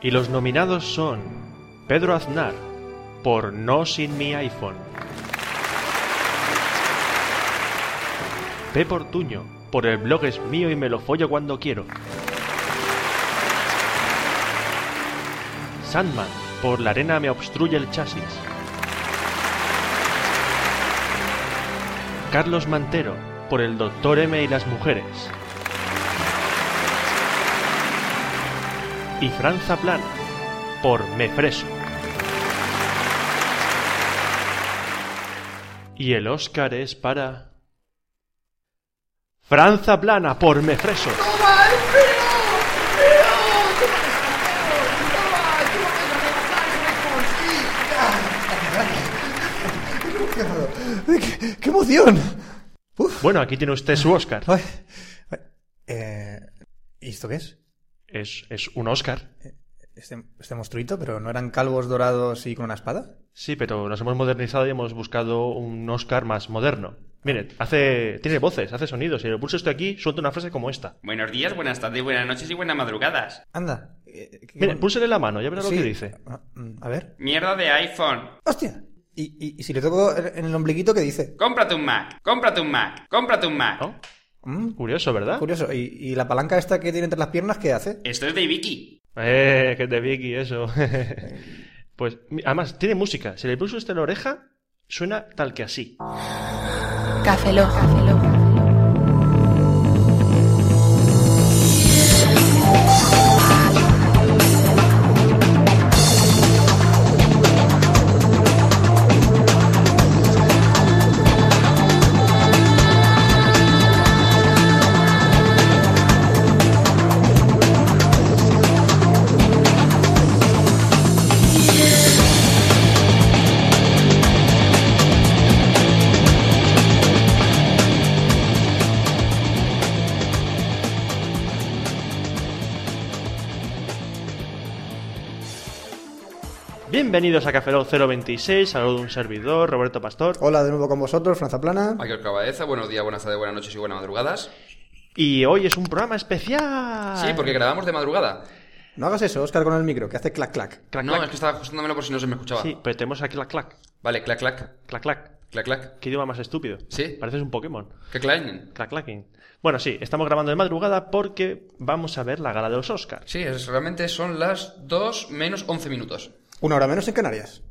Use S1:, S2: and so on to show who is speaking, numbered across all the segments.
S1: Y los nominados son Pedro Aznar por No sin mi iPhone. P. Portuño por El blog es mío y me lo follo cuando quiero. Sandman por La arena me obstruye el chasis. Carlos Mantero por El doctor M y las mujeres. y Franza Plan por Me Freso. Y el Oscar es para. Franza Plana por Me Freso.
S2: ¡Qué, qué emoción! Uf.
S1: Bueno, aquí tiene usted su Oscar.
S2: Ay, ay, eh, ¿Y esto qué es?
S1: Es, es un Oscar.
S2: Este, este monstruito, pero ¿no eran calvos dorados y con una espada?
S1: Sí, pero nos hemos modernizado y hemos buscado un Oscar más moderno. Mire, hace, tiene voces, hace sonidos. Si lo pulso esto aquí, suelta una frase como esta.
S3: Buenos días, buenas tardes, buenas noches y buenas madrugadas.
S2: Anda. eh, qué
S1: Mire,
S2: bon-
S1: púlsele la mano, ya verá
S2: Sí.
S1: lo que dice.
S2: Ah, mm, A ver.
S3: Mierda de iPhone.
S2: ¡Hostia! Y, y- y si le toco en el ombliguito, ¿qué dice?
S3: Cómprate un Mac, cómprate un Mac, cómprate un Mac.
S1: ¿No?
S2: Mm,
S1: Curioso, ¿verdad?
S2: curioso. ¿Y, y la palanca esta que tiene entre las piernas, qué hace?
S3: Esto es de Vicky.
S1: Eh, que te Vicky, eso. pues, mi- además, tiene música. Si le puso usted la oreja, suena tal que así.
S4: Café Lock.
S1: Bienvenidos a Café Lock 026, saludo de un servidor, Roberto Pastor.
S2: Hola de nuevo con vosotros, Franza Plana.
S5: Michael Cabadeza, buenos días, buenas tardes, buenas noches y buenas madrugadas.
S1: Y hoy es un programa especial.
S5: Sí, porque grabamos de madrugada.
S2: No hagas eso, Oscar, con el micro, que hace clac clac.
S1: Clac,
S5: no,
S1: clac.
S5: es que estaba ajustándomelo por si no se me escuchaba.
S1: Sí, pero tenemos aquí clac, clac,
S5: Vale, clac, clac,
S1: clac, clac.
S5: clac, clac,
S1: Qué idioma más estúpido.
S5: Sí.
S1: Pareces un Pokémon.
S5: que clainen.
S1: Clac, clacking. Bueno, sí, estamos grabando de madrugada porque vamos a ver la gala de los Oscars.
S5: Sí, es- realmente son las 2 menos 11 minutos.
S2: Una hora menos en Canarias.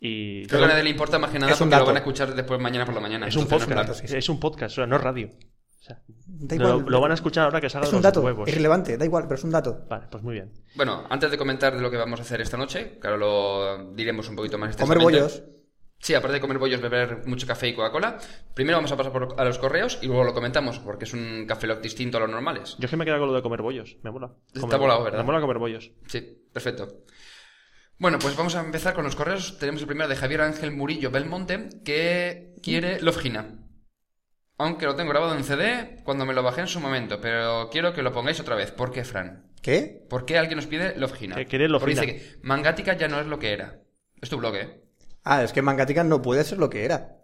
S1: Y
S5: Creo que a nadie le importa más que nada
S2: Es un
S5: porque lo
S2: dato.
S5: van a escuchar después mañana por la mañana.
S1: es un
S5: entonces no es
S1: podcast,
S2: sí, sí.
S1: es un podcast, o sea, no es radio. O sea,
S2: Da
S1: lo,
S2: igual.
S1: lo van a escuchar ahora que salga
S2: Es
S1: de
S2: un
S1: los
S2: dato,
S1: huevos.
S2: irrelevante, da igual, pero es un dato.
S1: Vale, pues muy bien.
S5: plan- Bueno, antes de comentar de lo que vamos a hacer esta noche, claro, lo diremos un poquito más
S2: Comer
S5: extensamente.
S2: bollos.
S5: Sí, aparte de comer bollos, beber mucho café y Coca-Cola. Primero vamos a pasar por, a los correos y luego lo comentamos, porque es un café lock distinto a los normales.
S1: Yo es que me he quedado con lo de comer bollos. Me mola.
S5: Está
S1: Comer-
S5: molado, ¿verdad?
S1: Me mola comer bollos.
S5: Sí, perfecto. Bueno, pues vamos a empezar con los correos. Tenemos el primero de Javier Ángel Murillo Belmonte, que quiere Lofgina. Aunque lo tengo grabado en CD cuando me lo bajé en su momento, pero quiero que lo pongáis otra vez. ¿Por qué, Fran?
S2: ¿Qué?
S5: ¿Por qué alguien nos pide Lofgina?
S1: Que quiere Love
S5: Porque
S1: Hina.
S5: dice que Mangática ya no es lo que era. Es tu blog, ¿eh?
S2: Ah, es que Mangatica no puede ser lo que era.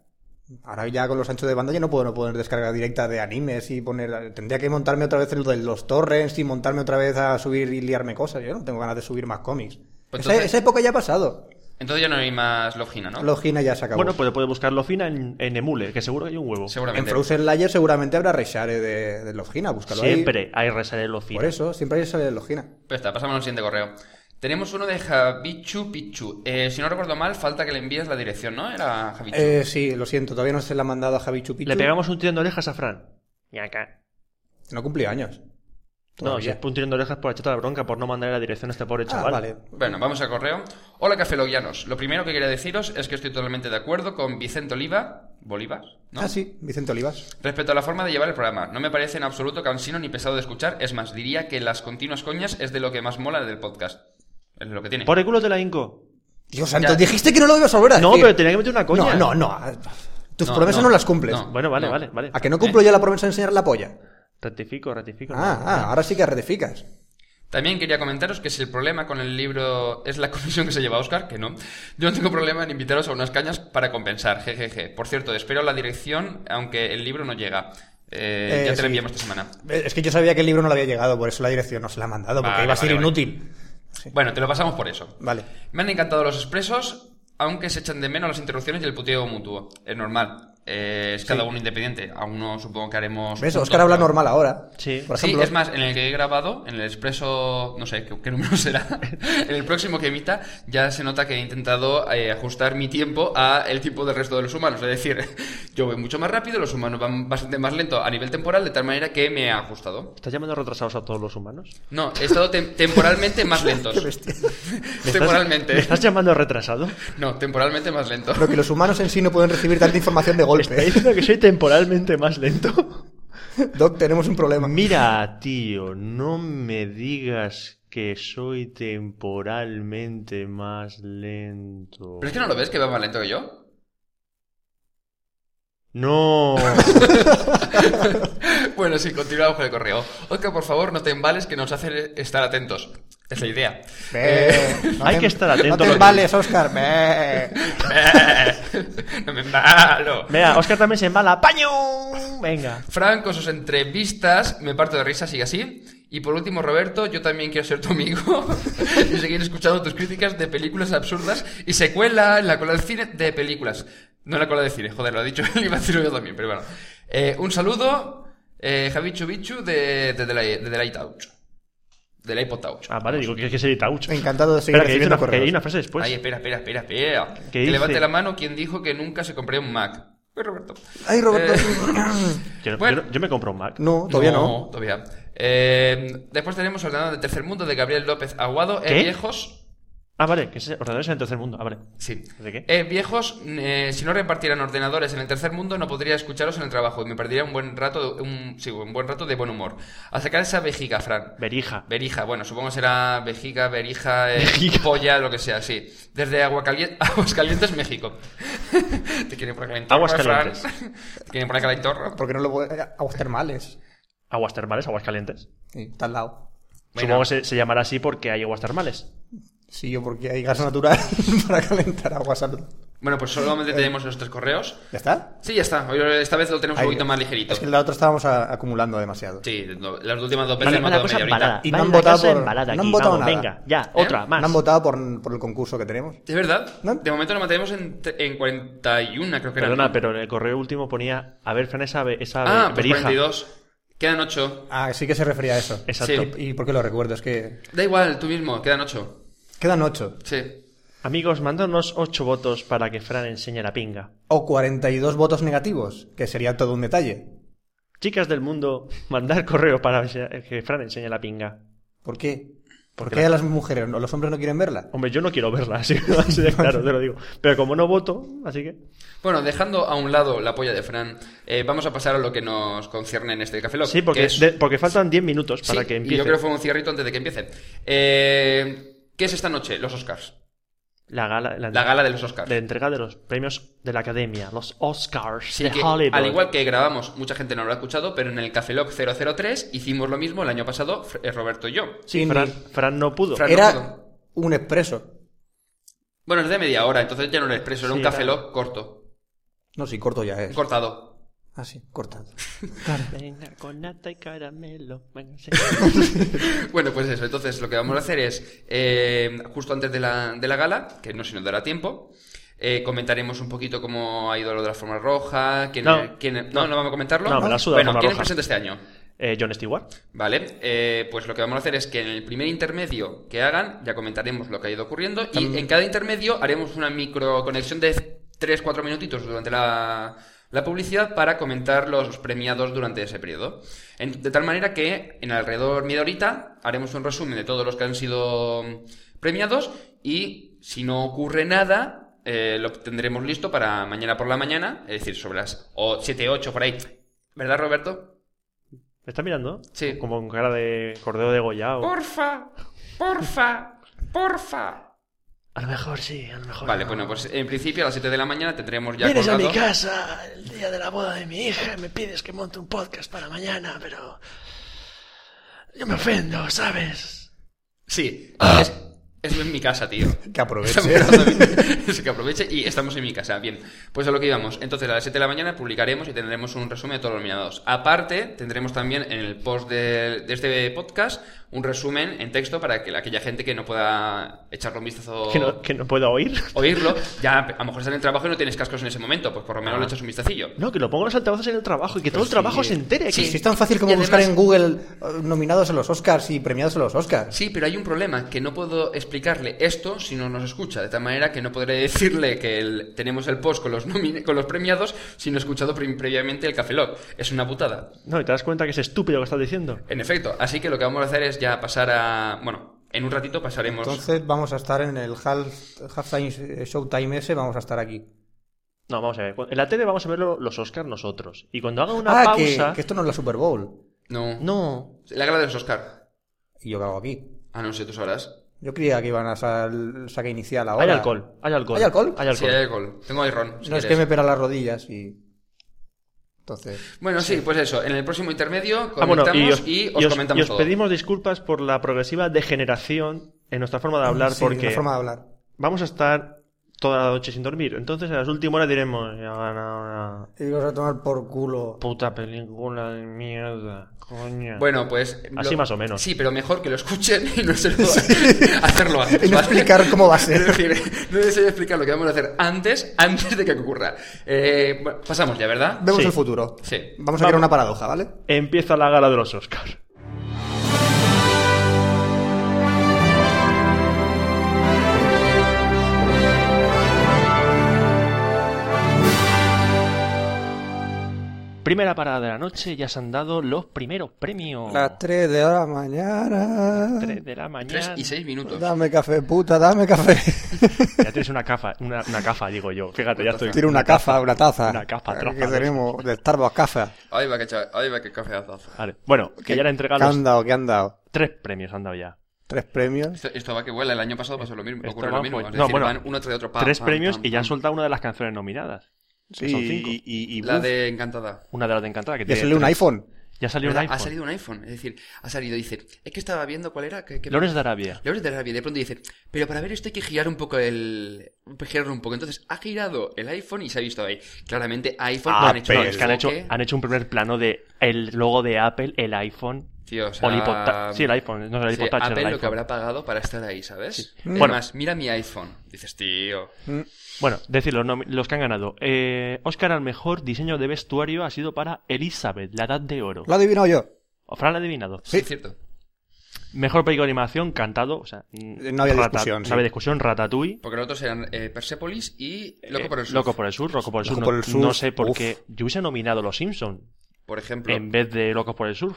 S2: Ahora ya con los anchos de banda ya no puedo no poner descarga directa de animes y poner... Tendría que montarme otra vez en lo de los torrents y montarme otra vez a subir y liarme cosas. Yo no tengo ganas de subir más cómics.
S5: Pues
S2: Esa,
S5: entonces-
S2: esa época ya ha pasado.
S5: Entonces ya no hay más Lofgina, ¿no?
S2: Logina ya se acabó.
S1: Ah. Bueno, pues puede buscarlo fina en, en Emule, que seguro que hay un huevo.
S2: en
S5: Seguramente.
S2: Frozen Layer seguramente habrá reshare de, de Logina, búscalo ahí.
S1: Siempre hay resale lo
S2: Por
S1: fina.
S2: eso, siempre hay reshare de Logina.
S5: Pues está, pasamos al siguiente correo. Tenemos uno de Javichu Pichu. Eh, si no recuerdo mal, falta que le envíes la dirección, ¿no? Era Javichu.
S2: Eh, sí, lo siento, todavía no se la ha mandado a Javi Chupichu.
S1: Le pegamos un tirón de orejas a Fran. Y acá.
S2: No cumplió años.
S1: No,
S2: Todavía.
S1: si es un tirón de orejas por echarte la bronca por no mandar la dirección a este pobre
S2: Ah,
S1: chaval.
S2: vale.
S5: Bueno, vamos al correo. Hola, cafeloguianos. Lo primero que quería deciros es que estoy totalmente de acuerdo con Vicente Oliva. ¿Bolívar? ¿No?
S2: Ah, sí, Vicente Olivas.
S5: Respecto a la forma de llevar el programa, no me parece en absoluto cansino ni pesado de escuchar. Es más, diría que las continuas coñas es de lo que más mola del podcast. Es lo que tiene.
S1: Por el culo de la Inco.
S2: Dios santo,
S5: Ya.
S2: dijiste que no lo ibas a volver a
S1: No,
S2: decir.
S1: pero tenía que meter una coña.
S2: No, no, no. Tus
S5: No,
S2: promesas no,
S5: no,
S2: las cumples.
S5: no.
S1: Bueno, vale, vale, vale.
S2: ¿A que no cumplo yo la promesa de enseñar la polla?
S1: Rectifico, rectifico.
S2: Ah, ah, ahora sí que ratificas.
S5: También quería comentaros que si el problema con el libro es la comisión que se lleva Oscar, que no, yo no tengo problema en invitaros a unas cañas para compensar, jejeje. Por cierto, espero la dirección, aunque el libro no llega. Eh,
S2: Eh,
S5: ya te
S2: sí.
S5: lo enviamos esta semana.
S2: Eh, Es que yo sabía que el libro no le había llegado, por eso la dirección no se la ha mandado, porque
S5: Vale,
S2: iba a ser
S5: vale, vale.
S2: inútil.
S5: Bueno, te lo pasamos por eso.
S2: Vale.
S5: Me han encantado los expresos, aunque se echan de menos las interrupciones y el puteo mutuo. Es normal. Eh, es cada uno independiente. Aún no supongo que haremos.
S2: ¿Ves?
S5: juntos,
S2: Oscar habla
S5: pero-
S2: normal ahora.
S1: Sí.
S2: Por
S5: Sí,
S2: ejemplo.
S5: es más, en el que he grabado, en el expreso, no sé qué, qué número será, en el próximo que emita, ya se nota que he intentado eh, ajustar mi tiempo a el tiempo del resto de los humanos. Es decir, yo voy mucho más rápido, los humanos van bastante más lento a nivel temporal, de tal manera que me ha ajustado.
S1: ¿Estás llamando retrasados a todos los humanos?
S5: No, he estado tem- temporalmente más lentos.
S2: Qué bestia.
S1: ¿Me estás-
S5: temporalmente.
S1: ¿Me estás llamando retrasado?
S5: No, temporalmente más lento.
S2: Lo que los humanos en sí no pueden recibir tanta información de
S1: ¿Estás
S2: golpe.
S1: diciendo que soy temporalmente más lento?
S2: Doc, tenemos un problema.
S1: Mira, tío, no me digas que soy temporalmente más lento.
S5: Pero es que no lo ves que va más lento que yo.
S1: No.
S5: Bueno, sí, continuamos con el correo. Oscar, por favor, no te embales que nos hace estar atentos. Es la idea. Eh,
S2: Ve, no
S1: Eh, hay
S2: te-
S1: que estar atento
S2: No
S1: a lo
S2: te
S1: que-
S2: vales, Oscar. Ve.
S5: no me embalo.
S1: Mira, Oscar también se embala. ¡Paño! Venga.
S5: Frank con sus entrevistas, me parto de risa, sigue así. Y por último, Roberto, yo también quiero ser tu amigo y seguir escuchando tus críticas de películas absurdas y secuela en la cola del cine de películas. No en la cola del cine, joder, lo he dicho, iba a decirlo yo también, pero bueno. Eh, un saludo, eh, Javi Chubichu de, de, de, la, de, la iTouch. Del iPod Touch.
S1: Ah, vale, digo que es que sería Taucho.
S2: Encantado de seguir
S1: Espera, que, dice
S2: recibiendo
S1: una- que
S2: correos.
S1: hay una frase después.
S5: Ay, espera, espera, espera, espera.
S1: pues. ¿Qué
S5: Que
S1: dice?
S5: levante la mano quien dijo que nunca se compré un Mac. Pues Roberto. Eh,
S2: Ay, Roberto.
S1: Que no-
S5: Bueno.
S1: yo, no- yo me compro un Mac.
S2: No, todavía no.
S5: Todavía. Eh, después tenemos Ordenado de Tercer Mundo de Gabriel López Aguado.
S1: ¿Qué?
S5: Eh, viejos.
S1: Ah, vale, que es ordenadores en el tercer mundo. Ah, vale.
S5: Sí.
S1: ¿De qué?
S5: Eh, viejos, eh, si no repartieran ordenadores en el tercer mundo, no podría escucharos en el trabajo y me perdería un buen rato, de- un, sí, un buen rato de buen humor. A sacar esa vejiga, Fran.
S1: Berija.
S5: Berija, bueno, supongo será vejiga, berija, eh,
S1: Vejiga.
S5: polla, lo que sea, sí. Desde Aguacalien- Aguascalientes, México. Te quieren poner calentorro,
S1: Aguascalientes.
S5: Fran. Te quieren poner calentorro.
S2: Porque no lo puedo. Aguas termales.
S1: Aguas termales, aguas calientes.
S2: Sí, Está al lado.
S5: Bueno.
S1: Supongo que se, se llamará así porque hay aguas termales.
S2: Sí, yo porque hay gas natural para calentar agua salud.
S5: Bueno, pues solamente tenemos los tres correos.
S2: ¿Ya está?
S5: Sí, ya está. Hoy, Esta vez lo tenemos
S2: Ahí-
S5: un poquito más ligerito.
S2: Es que la otra estábamos a- acumulando demasiado.
S5: Sí, no, las últimas dos veces
S1: Vale,
S5: me ha
S1: una
S5: dado
S1: cosa
S5: media
S1: embalada.
S5: horita.
S2: Y
S1: Vale,
S2: no han
S1: la
S2: votado
S1: casa
S2: por-
S1: embalada
S2: no han
S1: aquí,
S2: votado
S1: vamos,
S2: nada.
S1: Venga, ya,
S5: ¿Eh?
S1: otra, más.
S2: No han votado por, por el concurso que tenemos.
S5: ¿Es verdad?
S2: ¿No?
S5: De momento lo mantenemos en, tre- en 41, creo que era.
S1: Perdona, pero en el correo último ponía, a ver, Fran, esa, be- esa be-
S5: Ah, pues
S1: berija.
S5: 42. Quedan 8.
S2: Ah, sí que se refería a eso.
S1: Exacto.
S5: Sí.
S2: ¿Y por qué lo recuerdo? Es que
S5: Da igual, tú mismo, quedan 8.
S2: quedan 8.
S5: Sí.
S1: Amigos, mándanos ocho votos para que Fran enseñe la pinga.
S2: O 42 votos negativos, que sería todo un detalle.
S1: Chicas del mundo, mandar correo para ense- que Fran enseñe la pinga.
S2: ¿Por qué? ¿Por
S1: Porque
S2: qué
S1: la-
S2: a las mujeres o los hombres no quieren verla?
S1: Hombre, yo no quiero verla, así, así de claro, te lo digo. Pero como no voto, así que...
S5: Bueno, dejando a un lado la polla de Fran, eh, vamos a pasar a lo que nos concierne en este Café Lock.
S1: Sí, porque,
S5: que es-
S1: de- porque faltan 10 minutos para
S5: Sí,
S1: que
S5: y
S1: empiece.
S5: yo creo que fue un cierrito antes de que empiece. Eh, ¿Qué es esta noche? Los Oscars.
S1: La gala, la,
S5: La gala de los Oscars.
S1: la entrega de los premios de la Academia, los Oscars
S5: Sí,
S1: de
S5: que,
S1: Hollywood.
S5: al igual que grabamos, mucha gente no lo ha escuchado, pero en el Café Lock 003 hicimos lo mismo el año pasado, Fr- eh, Roberto y yo.
S2: Sí, ni-
S1: Fran, Fran no pudo.
S5: Fran- no
S2: era
S5: puedo.
S2: un expreso.
S5: Bueno, es de media hora, entonces ya no era expreso, era
S1: Sí,
S5: un Café
S1: claro.
S5: Lock corto,
S2: No, sí, corto ya es.
S5: cortado.
S2: Ah, sí, cortado.
S1: Venga, con nata y caramelo. Venga, sí.
S5: Bueno, pues eso, entonces lo que vamos a hacer es, eh, justo antes de la, de la gala, que no se nos dará tiempo, eh, comentaremos un poquito cómo ha ido lo de la forma roja, quién,
S1: No.
S5: quién- no, no vamos a comentarlo.
S1: No, me la suda la
S5: Bueno,
S1: Alfombra
S5: ¿quién es
S1: Roja.
S5: presente este año?
S1: Eh, John Stewart.
S5: Vale, eh, pues lo que vamos a hacer es que en el primer intermedio que hagan, ya comentaremos lo que ha ido ocurriendo, y en cada intermedio haremos una micro conexión de 3-4 minutitos durante la, la publicidad para comentar los premiados durante ese periodo. En- de tal manera que en alrededor media horita haremos un resumen de todos los que han sido mm, premiados y si no ocurre nada, eh, lo tendremos listo para mañana por la mañana, es decir, sobre las 7-8 por ahí. ¿Verdad, Roberto?
S1: ¿Me está mirando?
S5: Sí.
S1: Como con cara de cordero degollado.
S5: Porfa, porfa, porfa.
S1: A lo mejor sí, a lo mejor.
S5: Vale,
S1: no.
S5: bueno, pues en principio a las 7 de la mañana tendremos ya
S1: Vienes
S5: colgado.
S1: a mi casa el día de la boda de mi hija, me pides que monte un podcast para mañana, pero. Yo me ofendo, ¿sabes? Ah.
S5: Sí. Es- Estoy en mi casa, tío.
S2: Que aproveche.
S5: Está muy grave. Es que aproveche y estamos en mi casa. Bien, pues a lo que íbamos. Entonces, a las 7 de la mañana publicaremos y tendremos un resumen de todos los nominados. Aparte, tendremos también en el post de, de este podcast un resumen en texto para que aquella gente que no pueda echarle un vistazo
S1: Que no, que no pueda oír.
S5: oírlo, ya a lo mejor estás en el trabajo y no tienes cascos en ese momento, pues por lo
S1: Ah.
S5: menos le echas un vistacillo.
S1: No, que lo pongo en los altavoces en el trabajo y que todo el trabajo se entere.
S5: Pues Sí.
S1: que-
S2: Si es tan fácil como
S5: Y
S2: buscar
S5: además-
S2: en Google eh, nominados a los Oscars y premiados a los Oscars.
S5: Sí, pero hay un problema, que no puedo explicarle esto si no nos escucha, de tal manera que no podré decirle que el- tenemos el post con los, nomine- con los premiados si no he escuchado pre- previamente el Café Lock. Es una putada.
S1: No, y te das cuenta que es estúpido lo que estás diciendo.
S5: En efecto, así que lo que vamos a hacer es ya pasar a... Bueno, en un ratito pasaremos...
S2: Entonces vamos a estar en el half- Halftime Showtime ese, vamos a estar aquí.
S1: No, vamos a ver. En la tele vamos a ver lo- los Oscars nosotros. Y cuando haga una
S2: ah, que,
S1: pausa.
S2: que esto no es la Super Bowl.
S5: No.
S1: No.
S5: La gala de los Oscar.
S2: ¿Y yo qué hago aquí?
S5: Ah, no sé, tú sabrás.
S2: Yo creía que iban a sal- saque inicial ahora.
S1: Hay alcohol, hay alcohol.
S2: ¿Hay alcohol?
S1: Hay alcohol.
S5: Sí, eh, hay alcohol. Tengo ahí ron. si
S2: No es que
S5: quieres.
S2: me pera las rodillas y. Entonces.
S5: Bueno, sí, pues eso. En el próximo intermedio
S1: Ah, bueno,
S5: comentamos y, os,
S1: y
S5: comentamos
S1: y os
S5: todo.
S1: pedimos disculpas por la progresiva degeneración en nuestra forma de hablar
S2: Ah, Sí,
S1: porque
S2: La forma de hablar.
S1: vamos a estar toda la noche sin dormir. Entonces, a las últimas horas diremos, ya van a una
S2: Y los a tomar por culo.
S1: puta película de mierda, coño.
S5: Bueno, pues...
S1: Así más o menos.
S5: Sí, pero mejor que lo escuchen y no se lo... hacerlo antes.
S2: Y no
S5: ¿vale?
S2: explicar cómo va a
S5: Es
S2: ser.
S5: decir, no les voy a explicar lo que vamos a hacer antes, antes de que ocurra. Eh, bueno, pasamos ya, ¿verdad?
S2: Vemos
S1: Sí.
S2: el futuro.
S5: Sí.
S2: Vamos a crear una paradoja, ¿vale?
S1: Empieza la gala de los Oscars. Primera parada de la noche, ya se han dado los primeros premios.
S2: Las 3 de la mañana.
S1: 3 de la
S5: Tres
S1: mañana.
S5: y seis minutos.
S2: Dame café, puta, dame café.
S1: Ya tienes una cafa, una, una cafa, digo yo. Fíjate, ya estoy.
S2: Tiene una cafa, una taza.
S1: Una cafa,
S2: Que
S1: troza,
S2: tenemos de Starbucks cafa.
S5: Ahí va que, cha- ahí va que cafeazazo.
S1: Vale. Bueno, que ya le han
S2: ¿Qué
S1: entregado
S2: han
S1: los
S2: dado? ¿Qué han dado?
S1: tres premios, han dado ya.
S2: Tres premios.
S5: Esto, esto va que vuela. El año pasado pasó lo mismo.
S1: Esto
S5: Ocurre
S1: va,
S5: lo mismo.
S1: pues,
S5: Es
S1: no,
S5: decir,
S1: bueno,
S5: van uno tras otro. pa,
S1: tres
S5: pam,
S1: premios
S5: pam,
S1: y ya han
S5: pam.
S1: soltado una de las canciones nominadas.
S2: Sí,
S1: son cinco.
S2: y, y, y-
S5: La
S2: uf,
S5: de Encantada.
S1: Una de las de Encantada que
S2: Ya
S1: tiene
S2: salió un
S1: tres.
S2: iPhone.
S1: Ya salió un
S5: ¿Verdad?
S1: iPhone.
S5: Ha salido un iPhone. Es decir, ha salido y dice, es que estaba viendo cuál era. que- que-
S1: Lawrence de Arabia.
S5: Lawrence de Arabia. De pronto dice, pero para ver esto hay que girar un poco el... Girarlo un poco. Entonces ha girado el iPhone y se ha visto ahí. Claramente iPhone
S1: Ah,
S5: han hecho
S1: pero
S5: un
S1: es que han hecho,
S5: enfoque.
S1: han hecho un primer plano de el logo de Apple, el iPhone.
S5: Tío, o
S1: o el
S5: sea,
S1: iPod- sí, el iPhone, no el
S5: sí,
S1: iPod Touch,
S5: Apple
S1: el
S5: lo que
S1: iPhone.
S5: habrá pagado para estar ahí, ¿sabes?
S1: Mm.
S5: Además, mira mi iPhone. Dices, tío.
S1: Bueno, decir los, nomi- los que han ganado. Eh, Oscar al mejor diseño de vestuario ha sido para Elizabeth, la edad de oro.
S2: Lo he adivinado yo.
S1: O Fran la ha adivinado.
S5: Sí, es cierto.
S1: Mejor película de animación, cantado. O sea, mm,
S2: Eh, No había discusión, sí.
S1: No había discusión, Ratatouille.
S5: Porque los otros eran eh, Persepolis y Loco
S1: eh,
S5: por el Sur.
S1: Loco por el Sur, Loco por el
S2: Loco
S1: Sur. no-
S2: por el Sur,
S1: no, sé por
S2: uf.
S1: qué. Yo hubiese nominado Los Simpson
S5: Por ejemplo.
S1: en vez de Locos por el Sur.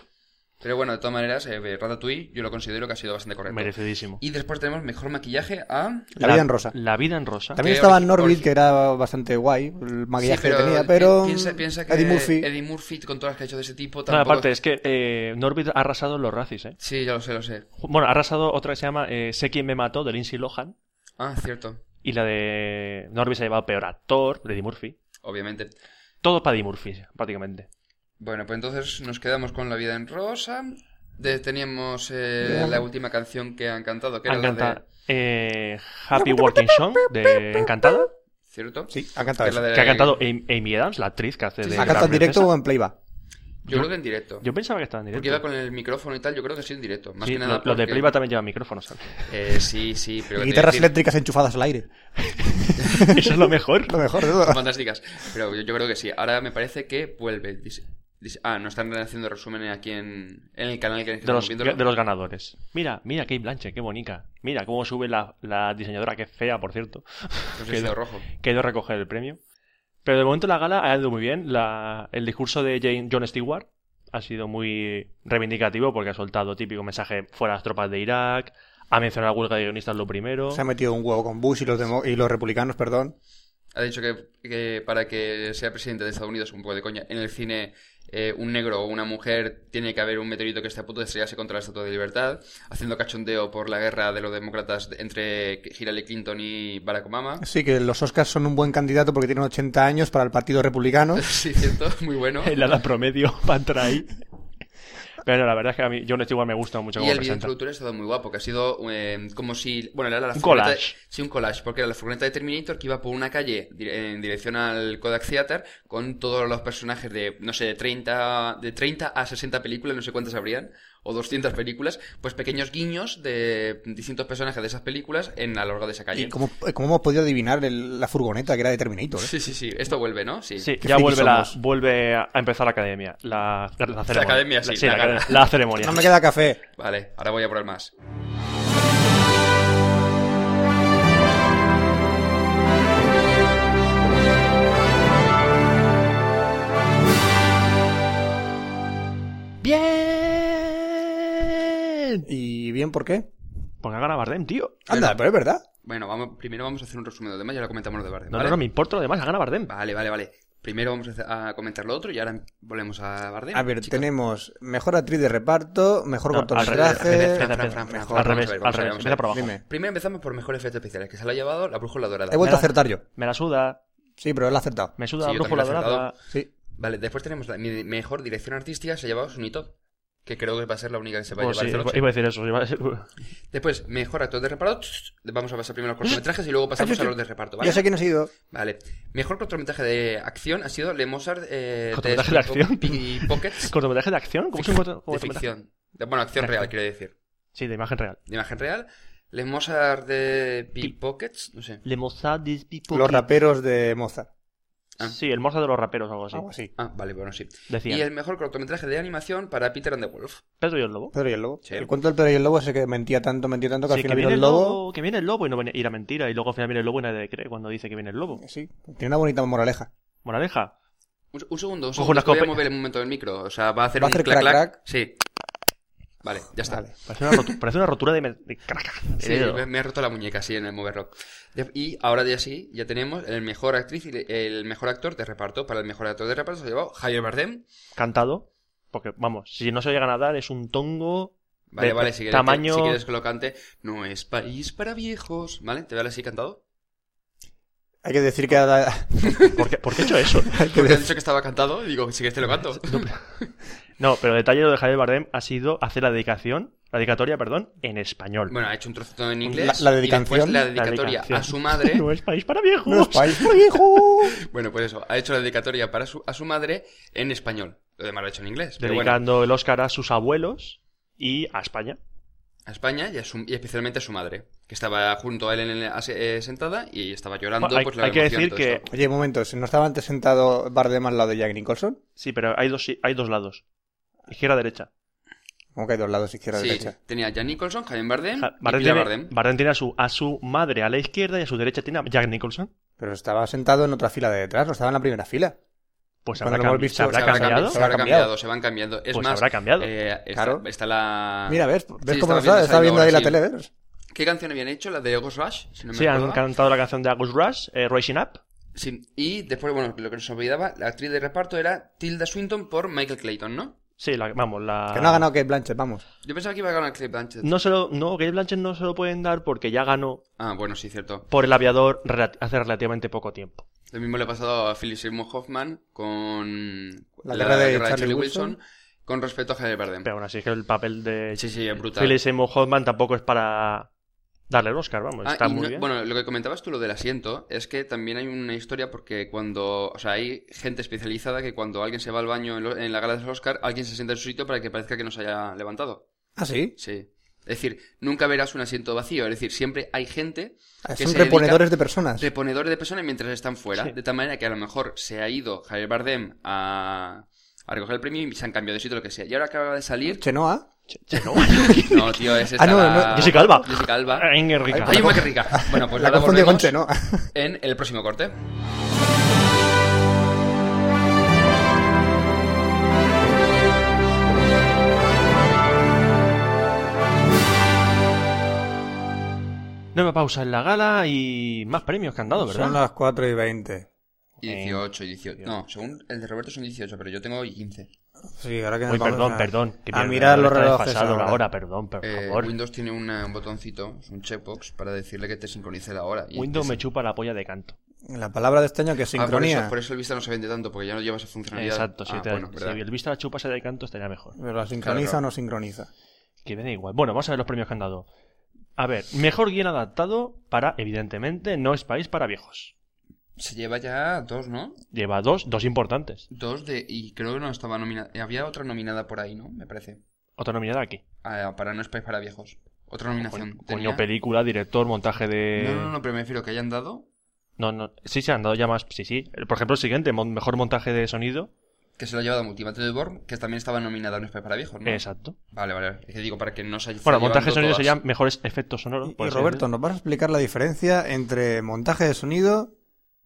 S5: Pero bueno, de todas maneras, eh, Ratatouille yo lo considero que ha sido bastante correcto.
S1: Merecidísimo.
S5: Y después tenemos mejor maquillaje a...
S2: La vida en rosa.
S1: La vida en rosa.
S2: También
S5: Que
S2: estaba
S5: origi-
S2: Norbit,
S5: origi-
S2: que era bastante guay, el maquillaje
S5: Sí, pero
S2: que tenía, pero.
S5: pi- Piensa, piensa que
S2: Eddie Murphy.
S5: Eddie Murphy, con todas las que ha hecho de ese tipo,
S1: No,
S5: tampoco...
S1: aparte, es que eh, Norbit ha arrasado en los racis, ¿eh?
S5: Sí, ya lo sé, lo sé.
S1: Bueno, ha arrasado otra que se llama eh, Sé quién me mató, de Lindsay Lohan.
S5: Ah, cierto.
S1: Y la de Norbit se ha llevado peor actor, de Eddie Murphy.
S5: Obviamente.
S1: Todo para Eddie Murphy, prácticamente.
S5: Bueno, pues entonces nos quedamos con La vida en rosa. De- teníamos eh, la última canción que han cantado, que
S1: Han
S5: era la de...
S1: cantado eh, Happy Working Song, de Encantada.
S5: ¿Cierto?
S2: Sí, ha cantado
S5: Que la
S2: eso.
S5: de-
S1: Que ha cantado Am- Amy Adams, la actriz que hace
S5: Eh, Sí,
S1: de.
S5: sí.
S2: ¿Ha
S1: la
S2: cantado en directo
S1: princesa.
S2: o en playback?
S5: Yo creo que en directo.
S1: Yo pensaba que estaba en
S5: Porque
S1: directo.
S5: iba con el micrófono y tal, yo creo que sí en directo. Más
S1: Sí,
S5: que nada.
S1: lo, lo de
S5: porque-
S1: Playba también lleva micrófonos. ¿sabes?
S5: Eh, sí, sí, pero.
S2: Y
S5: que te
S2: guitarras
S5: iba a decir-
S2: eléctricas enchufadas al aire.
S1: Eso es lo mejor.
S2: Lo mejor de todo.
S5: Fantásticas. Pero yo, yo creo que sí. Ahora me parece que vuelve. Dice- dice- ah, no están haciendo resúmenes aquí en, en el canal que
S1: De
S5: estamos
S1: los,
S5: viéndolo.
S1: de los ganadores. Mira, mira Kate Blanche, qué bonita. Mira cómo sube la, la diseñadora, que es fea, por cierto. que-
S5: Entonces, de rojo.
S1: que ha ido a recoger el premio. Pero de momento la gala ha ido muy bien. La- el discurso de Jane- John Stewart ha sido muy reivindicativo porque ha soltado típico mensaje fuera las tropas de Irak, ha mencionado la huelga de guionistas lo primero.
S2: Se ha metido un huevo con Bush y los, demo- y los republicanos, perdón.
S5: Ha dicho que, que para que sea presidente de Estados Unidos, un poco de coña, en el cine eh, un negro o una mujer tiene que haber un meteorito que está a punto de estrellarse contra la Estatua de Libertad, haciendo cachondeo por la guerra de los demócratas entre Hillary Clinton y Barack Obama.
S2: Sí, que los Oscars son un buen candidato porque tienen 80 años para el partido republicano.
S5: Sí, cierto, muy bueno.
S1: El ala promedio va a entrar ahí. Pero la verdad es que a mí John Stewart me gusta mucho
S5: Y
S1: como
S5: el
S1: presenta.
S5: videointroductor ha estado muy guapo, que ha sido eh, como si... Bueno, era la
S1: Un
S5: furgoneta de-
S1: collage.
S5: sí, un collage, porque era la furgoneta de Terminator que iba por una calle di- en dirección al Kodak Theater con todos los personajes de, no sé, de 30, de 30 a 60 películas, no sé cuántas habrían, o 200 películas, pues pequeños guiños de distintos personajes de esas películas en a lo largo de esa calle.
S2: ¿Y cómo, cómo hemos podido adivinar el- la furgoneta que era de Terminator? eh?
S5: Sí, sí, sí. Esto vuelve, ¿no? Sí.
S1: Sí,
S2: Qué
S1: ya
S2: frikis
S1: vuelve, la,
S2: somos.
S1: vuelve a empezar la academia. La, la ceremonia.
S5: academia, sí,
S1: la,
S5: la gala.
S1: academia, la ceremonia.
S2: No me queda café.
S5: Vale, ahora voy a poner más.
S1: ¡Bien!
S2: ¿Y bien por qué?
S1: Porque ha ganado Pues Bardem, tío.
S2: Anda, pero es verdad.
S5: Bueno, vamos, primero vamos a hacer un resumen del tema y ahora comentamos lo de Bardem.
S1: No,
S5: ¿vale?
S1: no, no me importa lo demás, ha ganado Bardem.
S5: Vale, vale, vale. Primero vamos a hacer- a comentar lo otro y ahora volvemos a Bardem.
S2: A ver,
S5: chicos.
S2: tenemos mejor actriz de reparto, mejor
S1: No,
S5: al revés,
S2: cortometraje.
S5: Fran,
S1: empieza,
S5: Fran,
S1: empieza.
S5: Fran, mejor,
S1: al
S5: vamos a
S1: revés,
S5: ver,
S1: al
S5: vamos a ver,
S1: revés,
S5: vamos a
S1: empieza por abajo.
S2: Dime,
S5: Primero empezamos por mejor efectos especiales, que se lo ha llevado la brújula dorada.
S2: he vuelto a
S1: Nada.
S2: acertar yo.
S1: Me la suda,
S2: Sí, pero él ha acertado.
S1: me suda
S5: Sí,
S1: la
S5: yo
S1: brújula
S5: también la he
S1: dorada.
S2: Sí.
S5: Vale, después tenemos la mi- mejor dirección artística, se ha llevado Sunitop, que creo que va a ser la única que se va a
S1: Pues sí,
S5: llevar. esta
S1: iba
S5: noche.
S1: iba a decir eso. iba a decir-
S5: Después, mejor actor de reparto. tss, Vamos a pasar primero a los
S2: Mm.
S5: cortometrajes y luego
S2: Ah,
S5: pasamos a los de reparto, ¿vale?
S2: Ya sé quién ha sido.
S5: Vale. Mejor cortometraje de acción ha sido Le Mozart eh,
S1: ¿Cortometraje de acción?
S5: y Pockets.
S1: ¿Cortometraje de acción? ¿Cómo es un corto-
S5: de
S1: cortometraje?
S5: ficción. De- bueno, acción
S1: Exacto.
S5: real, quiero decir.
S1: Sí, de imagen real.
S5: De imagen real. Le Mozart de Pickpockets, no sé.
S1: Le Mozart de People
S2: Los
S1: Kid.
S2: raperos de Moza.
S5: Ah.
S1: Sí, el Mozart de los raperos o algo así.
S2: Algo así.
S5: Ah, vale, bueno, sí.
S1: Decían.
S5: Y el mejor cortometraje de animación para Peter and the Wolf.
S1: Pedro y el lobo.
S2: Pedro y el lobo.
S5: Sí.
S2: El cuento del Pedro y el lobo es el que mentía tanto, mentía tanto que
S1: Sí,
S2: al
S1: que
S2: final vino
S1: viene
S2: el lobo.
S1: que viene el lobo y no viene- y era mentira. Y luego al final viene el lobo y nadie le cree cuando dice que viene el lobo.
S2: Sí. Tiene una bonita moraleja.
S1: Moraleja.
S5: Un, un segundo, un
S1: Cojo
S5: segundo.
S1: una
S5: es que Voy a
S1: escope-
S5: mover el momento del micro. O sea, va a hacer
S2: ¿Va a
S5: un
S2: hacer
S5: clac,
S2: crac,
S5: clac.
S2: crac?
S5: Sí. Vale, ya está.
S2: Vale.
S1: Parece una, rotu- parece una rotura de. me- de craca, de
S5: Sí,
S1: dedo.
S5: me, me he roto la muñeca así en el moverlo. De- Y ahora ya sí, ya tenemos el mejor actriz y le- el mejor actor de reparto. Para el mejor actor de reparto se ha llevado Javier Bardem.
S1: Cantado. Porque, vamos, si no se llegan a dar, es un tongo.
S5: Vale,
S1: De
S5: vale, si quieres,
S1: tamaño-
S5: si quieres que lo cante, no es país para viejos. ¿Vale? ¿Te vale así cantado?
S2: Hay que decir que ahora-
S1: ¿Por qué, por qué he hecho eso?
S2: hay que
S5: Porque has
S2: decir-
S5: dicho que estaba cantado, y digo, si quieres te lo canto.
S1: No, pero el detalle de Javier Bardem ha sido hacer la dedicación, la dedicatoria, perdón, en español.
S5: Bueno, ha hecho un trocito en inglés.
S2: La- la
S5: y después
S2: dedicación.
S5: la dedicatoria
S1: La dedicación.
S5: a su madre.
S1: No es país para viejos.
S2: No es país, pero hijo.
S5: Bueno, pues eso, ha hecho la dedicatoria para su, a su madre en español. Lo demás lo ha hecho en inglés. Pero bueno,
S1: Dedicando el Oscar a sus abuelos y a España.
S5: a España y, a su- y especialmente a su madre, que estaba junto a él en el- así, eh, sentada y estaba llorando.
S1: Bueno, hay-
S5: pues, la
S1: hay que
S5: emoción y
S1: decir
S5: todo
S1: que-
S5: esto.
S2: Oye, un momento, ¿no estaba antes sentado Bardem al lado de Jack Nicholson?
S1: Sí, pero hay dos, hay dos lados. Izquierda, derecha.
S2: Como que hay dos lados, izquierda y
S5: Sí,
S2: derecha.
S5: tenía a Jan Nicholson, Javier Bardem,
S1: Ja-
S5: y Pilar
S1: tiene,
S5: Bardem.
S1: Bardem tiene a, su, a su madre a la izquierda y a su derecha tiene a Jack Nicholson.
S2: Pero estaba sentado en otra fila de detrás, no estaba en la primera fila.
S1: Pues
S2: Cuando
S1: habrá,
S2: lo hemos
S1: cambi-
S2: visto,
S1: ¿se habrá
S5: Se habrá
S1: cambiado.
S5: cambi- Se habrá
S2: Habrá
S5: cambiado,
S2: cambiado.
S5: se van cambiando. Es
S1: Pues
S5: más,
S1: habrá cambiado.
S5: eh, está,
S2: Claro.
S5: está la...
S2: Mira, ¿ves? ¿Ves
S5: Ah. Sí,
S2: cómo
S5: estaba
S2: lo sabes? Estaba viendo
S5: ahora,
S2: ahí la
S5: sí.
S2: tele, ¿ves?
S5: ¿Qué canción habían hecho? La de August Rush, si no me
S1: Sí, han
S5: acuerdo.
S1: cantado la canción de Agus Rush, eh, Rising Up.
S5: Sí, y después, bueno, lo que nos olvidaba, la actriz de reparto era Tilda Swinton por Michael Clayton, ¿no?
S1: Sí, la- vamos, la...
S2: Que
S5: Ah.
S2: no ha ganado Kate Blanchett, vamos.
S5: Yo pensaba que iba a ganar Cate Blanchett.
S1: No, se lo, no, Gail Blanchett no se lo pueden dar porque ya ganó
S5: Ah, bueno, sí, cierto.
S1: por el aviador relati- hace relativamente poco tiempo.
S5: Lo mismo le ha pasado a Philip Seymour Hoffman con
S2: La guerra de Charlie Wilson.
S5: con respecto a Javier Bardem.
S1: Pero aún así es que el papel de
S5: Sí, sí, es brutal.
S1: Philip Seymour Hoffman tampoco es para darle el Oscar, vamos,
S5: Ah,
S1: está
S5: y
S1: muy
S5: no-
S1: bien.
S5: Bueno, lo que comentabas tú, lo del asiento, es que también hay una historia porque cuando. O sea, hay gente especializada que cuando alguien se va al baño en, lo- en la gala del Oscar, alguien se sienta en su sitio para que parezca que no se haya levantado.
S2: Ah, sí.
S5: Sí. Es decir, nunca verás un asiento vacío. Es decir, siempre hay gente que
S2: Ah, Son
S5: se dedica-
S2: reponedores de personas.
S5: reponedores de personas mientras están fuera.
S1: Sí.
S5: De tal manera que a lo mejor se ha ido Javier Bardem a, a recoger el premio y se han cambiado de sitio, lo que sea. Y ahora acaba de salir.
S2: Chenoa.
S1: Che- che, no.
S5: No, tío, es esta
S2: Ah, no,
S5: la-
S2: no,
S1: Jessica Alba.
S5: Jessica Alba.
S1: Ay, qué rica.
S5: Ay, qué rica. Bueno, pues
S2: La
S5: nada,
S2: confundió con
S5: volvemos
S2: Chenoa.
S5: en el próximo corte.
S1: Nueva pausa en la gala y más premios que han dado, ¿verdad?
S2: Son las 4 y 20.
S5: Y
S1: Eh,
S5: 18, y 18. No, según el de Roberto son 18, pero yo tengo 15.
S2: Sí, ahora que nos
S1: Uy,
S2: vamos
S1: perdón,
S2: a-
S1: perdón. que
S2: A
S1: mi
S2: mirar Ah, los
S1: ordenador está
S2: relojes
S1: desfasado
S2: ahora.
S1: la hora, perdón, por
S5: Eh,
S1: favor. Windows,
S5: Windows tiene una- un botoncito, es un checkbox, para decirle que te sincronice la hora. Y
S1: me
S5: es-
S1: chupa la polla de canto.
S2: La palabra de este año que es
S5: Ah, por,
S2: sincronía.
S5: eso, por eso el Vista no se vende tanto, porque ya no lleva esa funcionalidad.
S1: Exacto, si,
S5: Ah,
S1: te-
S5: bueno,
S1: si
S5: ¿verdad?
S1: el Vista la chupa se de canto estaría mejor.
S2: Pero ¿La sincroniza
S5: Claro.
S2: o no sincroniza?
S1: Que me da igual. Bueno, vamos a ver los premios que han dado. A ver, mejor guión adaptado para, evidentemente, No es país para viejos.
S5: Se lleva ya dos, ¿no?
S1: Lleva dos, dos importantes.
S5: Dos de. Y creo que no estaba nominada. Había otra nominada por ahí, ¿no? Me parece.
S1: Otra nominada aquí.
S5: Ah, para No es País para Viejos. Otra nominación.
S1: Coño,
S5: Tenía-
S1: película, director, montaje de...
S5: No, no, no, pero me refiero que hayan dado.
S1: No, no, sí se han dado ya más, sí, sí. Por ejemplo, el siguiente, mon- mejor montaje de sonido.
S5: Que se lo ha llevado Multimato de Born, que también estaba nominada a No es País para Viejos, ¿no?
S1: Exacto.
S5: Vale, vale. Es que digo, para que no se haya.
S1: Bueno, montaje de sonido serían mejores efectos sonoros.
S2: Y,
S1: por
S2: y
S1: así
S2: Roberto,
S1: decirlo.
S2: ¿nos vas a explicar la diferencia entre montaje de sonido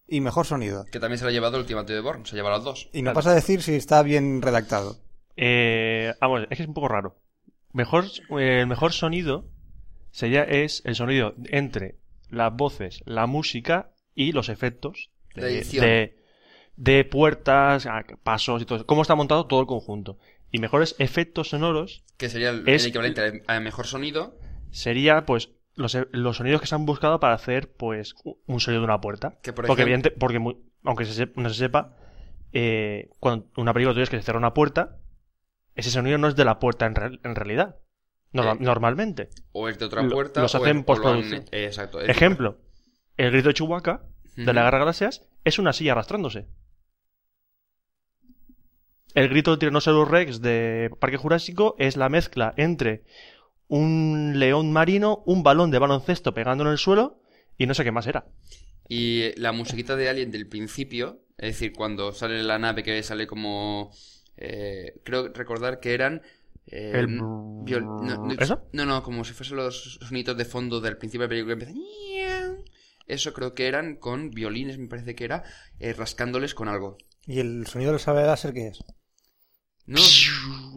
S2: y mejor sonido?
S5: Que también se lo ha llevado Ultimato de Born, se lleva las dos.
S2: Y nos
S1: Claro.
S2: vas a decir si está bien redactado.
S1: Eh, vamos, es que es un poco raro. Mejor, eh, el mejor sonido sería es el sonido entre las voces, la música y los efectos
S5: La
S1: de,
S5: edición.
S1: de- de puertas, a- pasos y todo. eso. Cómo está montado todo el conjunto. Y mejores efectos sonoros
S5: Que sería el,
S1: Es-
S5: el equivalente a a mejor sonido.
S1: sería pues los, e- los sonidos que se han buscado para hacer pues u- un sonido de una puerta.
S5: Que, por
S1: porque
S5: ejemplo-
S1: evidente- porque mu- aunque se sep- no se sepa, eh, cuando una película tú ves que se cierra una puerta, ese sonido no es de la puerta en, real- en realidad. Norma-
S5: Eh,
S1: normalmente.
S5: O es de otra
S1: Lo-
S5: puerta.
S1: los
S5: o
S1: hacen
S5: es- o lo han-
S1: postproducción.
S5: eh, exacto. es-
S1: Ejemplo, el grito de Chewbacca de la
S5: Ujú.
S1: Guerra de Galaxias es una silla arrastrándose. El grito de Tyrannosaurus Rex de Parque Jurásico es la mezcla entre un león marino, un balón de baloncesto pegando en el suelo y no sé qué más era.
S5: Y la musiquita de Alien del principio, es decir, cuando sale la nave que sale como... eh, creo recordar que eran... eh,
S1: El
S5: n-
S1: brrr-
S5: viol- no, no,
S1: ¿Eso?
S5: no, no, como si fuesen los sonidos de fondo del principio de la película que empiezan... Eso creo que eran con violines, me parece que era, eh, rascándoles con algo.
S2: ¿Y el sonido del sable láser qué es?
S5: No,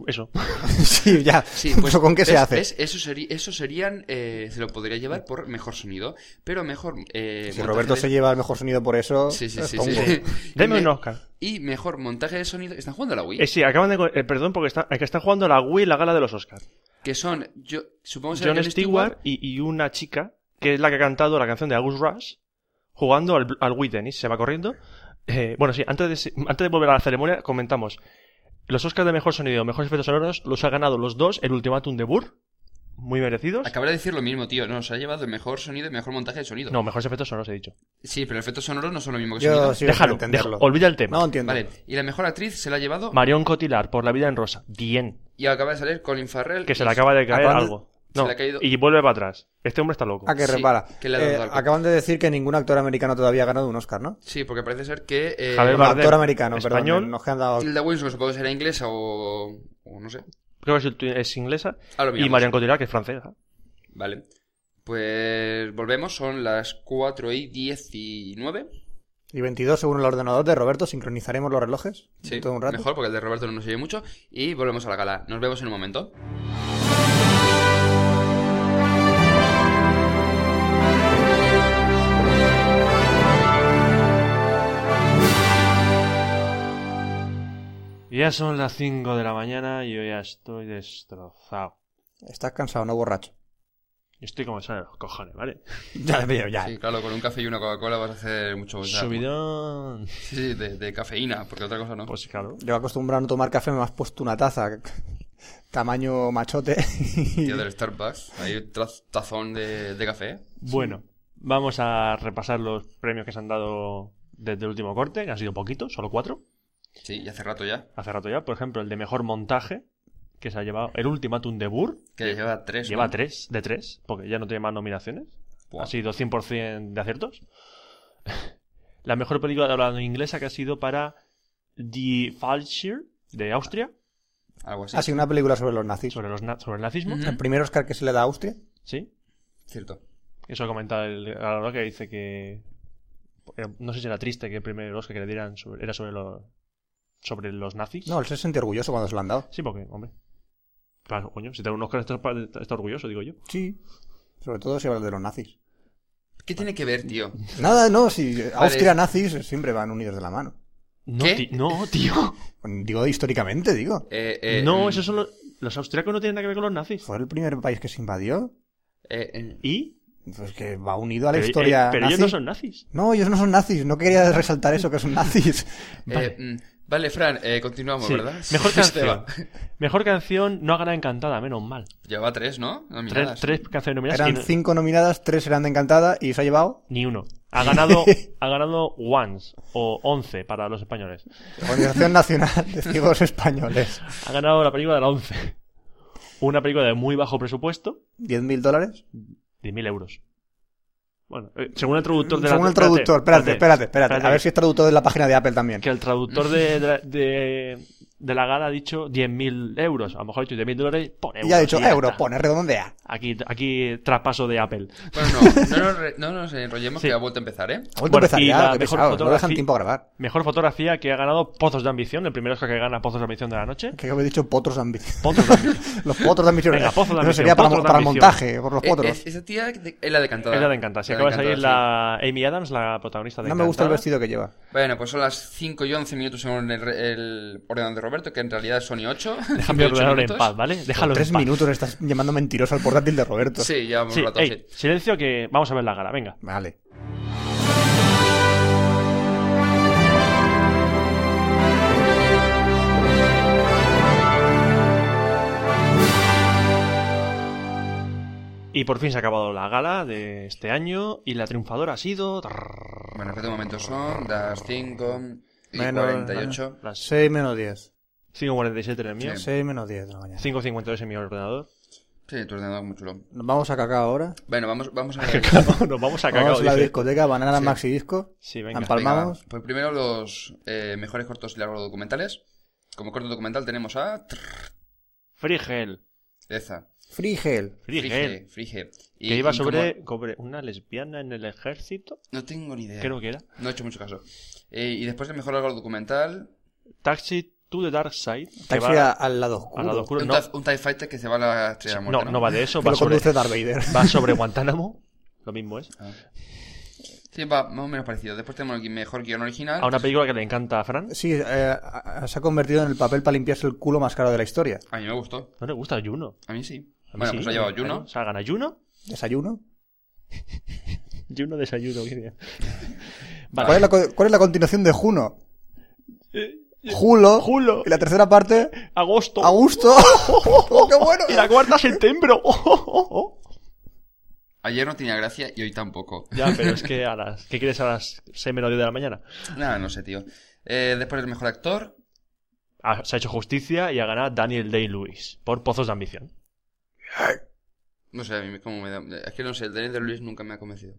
S1: Eso.
S2: sí, ya.
S5: sí,
S2: ¿Pero
S5: pues,
S2: ¿Con qué se
S5: ¿ves?
S2: hace?
S5: ¿ves? Eso, sería eso serían, eh, se lo podría llevar por mejor sonido, pero mejor... Eh,
S2: Si
S5: montaje
S2: Roberto
S5: de-
S2: se lleva el mejor sonido por eso.
S5: Sí, sí,
S2: es
S5: sí, sí,
S2: tongo.
S5: sí.
S1: Deme
S5: Y
S1: un
S5: me-
S1: Oscar.
S5: Y mejor montaje de sonido. Están jugando a la Wii.
S1: Eh, sí, acaban de. co- eh, perdón, porque está, que están jugando la Wii y la gala de los Oscars.
S5: Que son. Yo, supongo que será
S1: John Stewart y, y una chica, que es la que ha cantado la canción de August Rush, jugando al, al Wii Tennis, se va corriendo. Eh, bueno, sí, antes de, se- antes de volver a la ceremonia, comentamos. Los Oscars de mejor sonido, mejores efectos sonoros, los ha ganado los dos, el ultimátum de Burr, muy merecidos.
S5: Acaba de decir lo mismo, tío. No, se ha llevado el mejor sonido y mejor montaje de sonido.
S1: No, mejores efectos sonoros he dicho.
S5: Sí, pero efectos sonoros no son lo mismo que sonido.
S2: Yo sí
S1: Déjalo,
S2: quiero entenderlo.
S1: deja- olvida el tema.
S2: No entiendo.
S5: Vale, y la mejor actriz se la ha llevado.
S1: Marion Cotilar, por la vida en rosa. Bien.
S5: y acaba de salir Colin Farrell.
S1: Que se
S5: y-
S1: le acaba de caer
S2: Acaban de-
S1: algo.
S5: se
S1: No,
S5: le ha caído-
S1: y vuelve para atrás. Este hombre está loco.
S2: A Ah, que
S5: Sí,
S2: repara.
S5: que le ha dado
S2: Eh,
S5: algo.
S2: acaban de decir que ningún actor americano todavía ha ganado un Oscar, ¿no?
S5: Sí, porque parece ser que. eh,
S1: Javier
S2: Bueno,
S1: Bardem,
S2: actor americano,
S1: español.
S2: perdón. Nos han dado
S5: Tilda Wilson supongo que será inglesa o. o no sé.
S1: Creo que es tu- es inglesa.
S5: Ahora
S1: Y
S5: miramos.
S1: Marion Cotillard, que es francesa.
S5: Vale. Pues volvemos, son las 4 y 19.
S2: Y 22, según el ordenador de Roberto, sincronizaremos los relojes.
S5: Sí,
S2: Todo un rato.
S5: mejor porque el de Roberto no nos oye mucho. Y volvemos a la gala. Nos vemos en un momento.
S1: Ya son las 5 de la mañana y yo ya estoy destrozado.
S2: Estás cansado, no borracho.
S1: Yo estoy como sale de los cojones, ¿vale?
S2: Ya, ya, ya.
S5: Sí, claro, con un café y una Coca-Cola vas a hacer mucho daño.
S1: Subidón.
S5: Sí, sí, de, de cafeína, porque otra cosa no.
S1: Pues claro.
S2: Yo acostumbrado a no tomar café, me has puesto una taza. Tamaño machote.
S5: Tío del Starbucks, hay un traz- tazón de, de café.
S1: Bueno, vamos a repasar los premios que se han dado desde el último corte, que han sido poquitos, solo cuatro.
S5: Sí, y hace rato ya.
S1: Hace rato ya, por ejemplo, el de mejor montaje, que se ha llevado el ultimátum de Burr.
S5: Que lleva tres.
S1: Lleva
S5: ¿no?
S1: tres, de tres, porque ya no tiene más nominaciones.
S5: Buah.
S1: Ha sido 100% de aciertos. La mejor película de habla no inglesa que ha sido para Die Fallschirm de Austria,
S5: Algo así.
S1: Ah,
S2: ha sido una película sobre los nazis.
S1: sobre, los na- sobre el nazismo.
S5: Ujú.
S2: El primer Oscar que se le da a Austria.
S1: Sí,
S5: Cierto.
S1: eso ha comentado el ganador que dice que. eh, No sé si era triste que el primer Oscar que le dieran sobre- era sobre los, sobre los nazis.
S2: No, él se siente orgulloso cuando se lo han dado.
S1: Sí, porque, hombre. Claro, coño, si te dan un Oscar está, está orgulloso, digo yo.
S2: Sí. Sobre todo si hablas de los nazis.
S5: ¿Qué tiene que ver, tío?
S2: Nada, no, si Austria
S5: es-
S2: nazis siempre van unidos de la mano.
S1: No,
S5: ¿Qué?
S1: ti- no, tío.
S2: Digo históricamente, digo.
S5: Eh, eh,
S1: no,
S5: mm,
S1: esos son los, los austriacos no tienen nada que ver con los nazis.
S2: Fue el primer país que se invadió.
S5: eh, eh,
S1: Y
S2: Pues que va unido a la
S1: Pero- eh,
S2: historia.
S1: pero ellos no
S2: nazi.
S1: son nazis.
S2: No, ellos no son nazis. No quería resaltar eso, que son nazis.
S1: Vale.
S5: Eh, mm, vale, Fran, eh, continuamos,
S1: Sí.
S5: ¿verdad?
S1: Mejor
S5: Esteban.
S1: canción. Mejor canción no gana encantada, menos mal.
S5: Llevaba tres, ¿no? Nominadas.
S1: Tres, tres canciones nominadas y
S2: Eran
S1: no-
S2: cinco nominadas, tres eran de Encantada y se ha llevado.
S1: ni uno. Ha ganado, ha ganado Once o Once para los españoles.
S2: Organización Nacional de Ciegos Españoles.
S1: Ha ganado la película de la Once. Una película de muy bajo presupuesto,
S2: ¿Diez mil dólares?
S1: 10.000 euros. Bueno, eh, según el traductor de la
S2: Según el
S1: espérate,
S2: traductor. Espérate, espérate, espérate. A
S1: que-
S2: ver si es traductor de la página de Apple también.
S1: Que el traductor de, de, la- de- de la gala ha dicho 10.000 euros. A lo mejor ha dicho 10.000 dólares, pon euros.
S2: Y ha dicho,
S1: y ya
S2: euro,
S1: está.
S2: pone, redondea.
S1: Aquí, aquí traspaso de Apple.
S5: Bueno, no, no, nos re- no nos enrollemos
S1: Sí.
S5: que ha vuelto a empezar, ¿eh?
S2: Ha vuelto a
S1: Bueno,
S2: empezar
S1: y
S2: ya,
S1: la
S2: qué
S1: mejor
S2: pesado, No dejan
S1: fotografía-
S2: tiempo a grabar.
S1: Mejor fotografía que ha ganado Pozos de Ambición, el primer Oscar que gana Pozos de Ambición de la noche.
S2: Que habéis dicho potros de ambición.
S1: Pozos de Ambición.
S2: Los potros de ambición.
S1: Venga, pozos de
S2: Eso
S1: ambición,
S2: sería para,
S1: potros de
S2: para
S1: ambición.
S2: montaje, por los
S5: Eh,
S2: potros.
S5: es- esa tía de- es la decantada.
S1: es la de Encantada. Si
S5: La
S1: acaba de salir
S5: Encantada,
S1: la Amy Adams, la protagonista de
S2: No me gusta el
S1: Encantada.
S2: vestido que lleva.
S5: sí. Bueno, pues son las 5 y 11 minutos según el, re- el ordenador de Roberto, que en realidad son y 8.
S1: Déjame ordenarlo en paz, ¿vale? Déjalo
S2: Tres
S1: en paz.
S2: minutos estás llamando mentiroso al portátil de Roberto.
S5: Sí, ya vamos
S1: Sí,
S5: un rato.
S1: ey, silencio que vamos a ver la gala, venga.
S2: Vale.
S1: Y por fin se ha acabado la gala de este año y la triunfadora ha sido...
S5: sí. Bueno, en este momento son las 5 y
S2: Menos-
S5: 48.
S1: Las
S2: 6 menos 10.
S1: 5.47 en el mío,
S5: Sí.
S2: 6 menos 10 de la mañana.
S1: 5.52 en mi ordenador.
S5: Sí, tu ordenador es muy chulo.
S2: ¿Nos vamos a cacao ahora?
S5: Bueno, vamos, vamos a ver.
S1: Nos vamos a cacao,
S2: Vamos a la
S1: dice.
S2: discoteca Banana
S5: Sí.
S2: Maxi Disco.
S1: Sí, venga.
S2: Ampa- Palmamos.
S5: pues primero los eh, mejores cortos y largos documentales. Como corto documental tenemos a...
S1: Frigel.
S5: Eza.
S2: Frigel.
S1: Frigel.
S5: Frigel. Y-
S1: Que iba
S5: y
S1: sobre,
S5: como-
S1: sobre una lesbiana en el ejército,
S5: No tengo ni idea.
S1: creo que era.
S5: No he hecho mucho caso. Eh, y después el mejor largo documental.
S1: Taxi to the Dark Side. que
S2: Taxi
S1: va
S2: a- al lado oscuro.
S1: al lado oscuro.
S5: un,
S1: No,
S5: TIE- un TIE Fighter que se va a la estrella de la
S1: no,
S5: muerte.
S1: no va de eso,
S2: Que
S1: va
S2: lo
S1: sobre,
S2: conduce Darth Vader.
S1: va sobre Guantánamo. Lo mismo es.
S5: Ah. Sí, va más o menos parecido. Después tenemos el gui- mejor guión original.
S1: A una película que le encanta a Fran.
S2: Sí, eh, a- a- se ha convertido en el papel para limpiarse el culo más caro de la historia.
S5: A mí me gustó.
S1: No le gusta a Juno.
S5: A mí sí.
S1: A mí
S5: bueno,
S1: sí. eh,
S5: pues lo ha llevado Juno.
S1: O sea, gana Juno.
S2: ¿Desayuno?
S1: Juno desayuno. qué idea.
S2: ¿Cuál, es
S1: Vale. Eh,
S2: la, co- cuál es la continuación de Juno? Julo.
S1: Julo.
S2: Y la tercera parte,
S1: Agosto.
S2: Augusto. ¡Oh, ¡Qué bueno!
S1: Y la cuarta, septiembre. Oh, oh, oh, oh.
S5: Ayer no tenía gracia y hoy tampoco.
S1: Ya, pero es que a las. ¿Qué quieres a las 6 menos 10 de la mañana?
S5: Nada, no sé, tío. Eh, después el mejor actor.
S1: Ha- Ah, se ha hecho justicia y ha ganado Daniel Day-Lewis por Pozos de Ambición.
S5: No sé, a mí cómo me da. Es que no sé, el Daniel de Luis nunca me ha convencido.